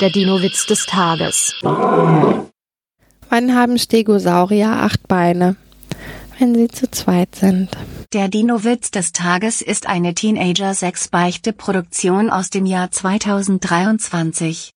Der Dino-Witz des Tages. Wann haben Stegosaurier acht Beine? Wenn sie zu zweit sind. Der Dino-Witz des Tages ist eine Teenager-6-Beichte-Produktion aus dem Jahr 2023.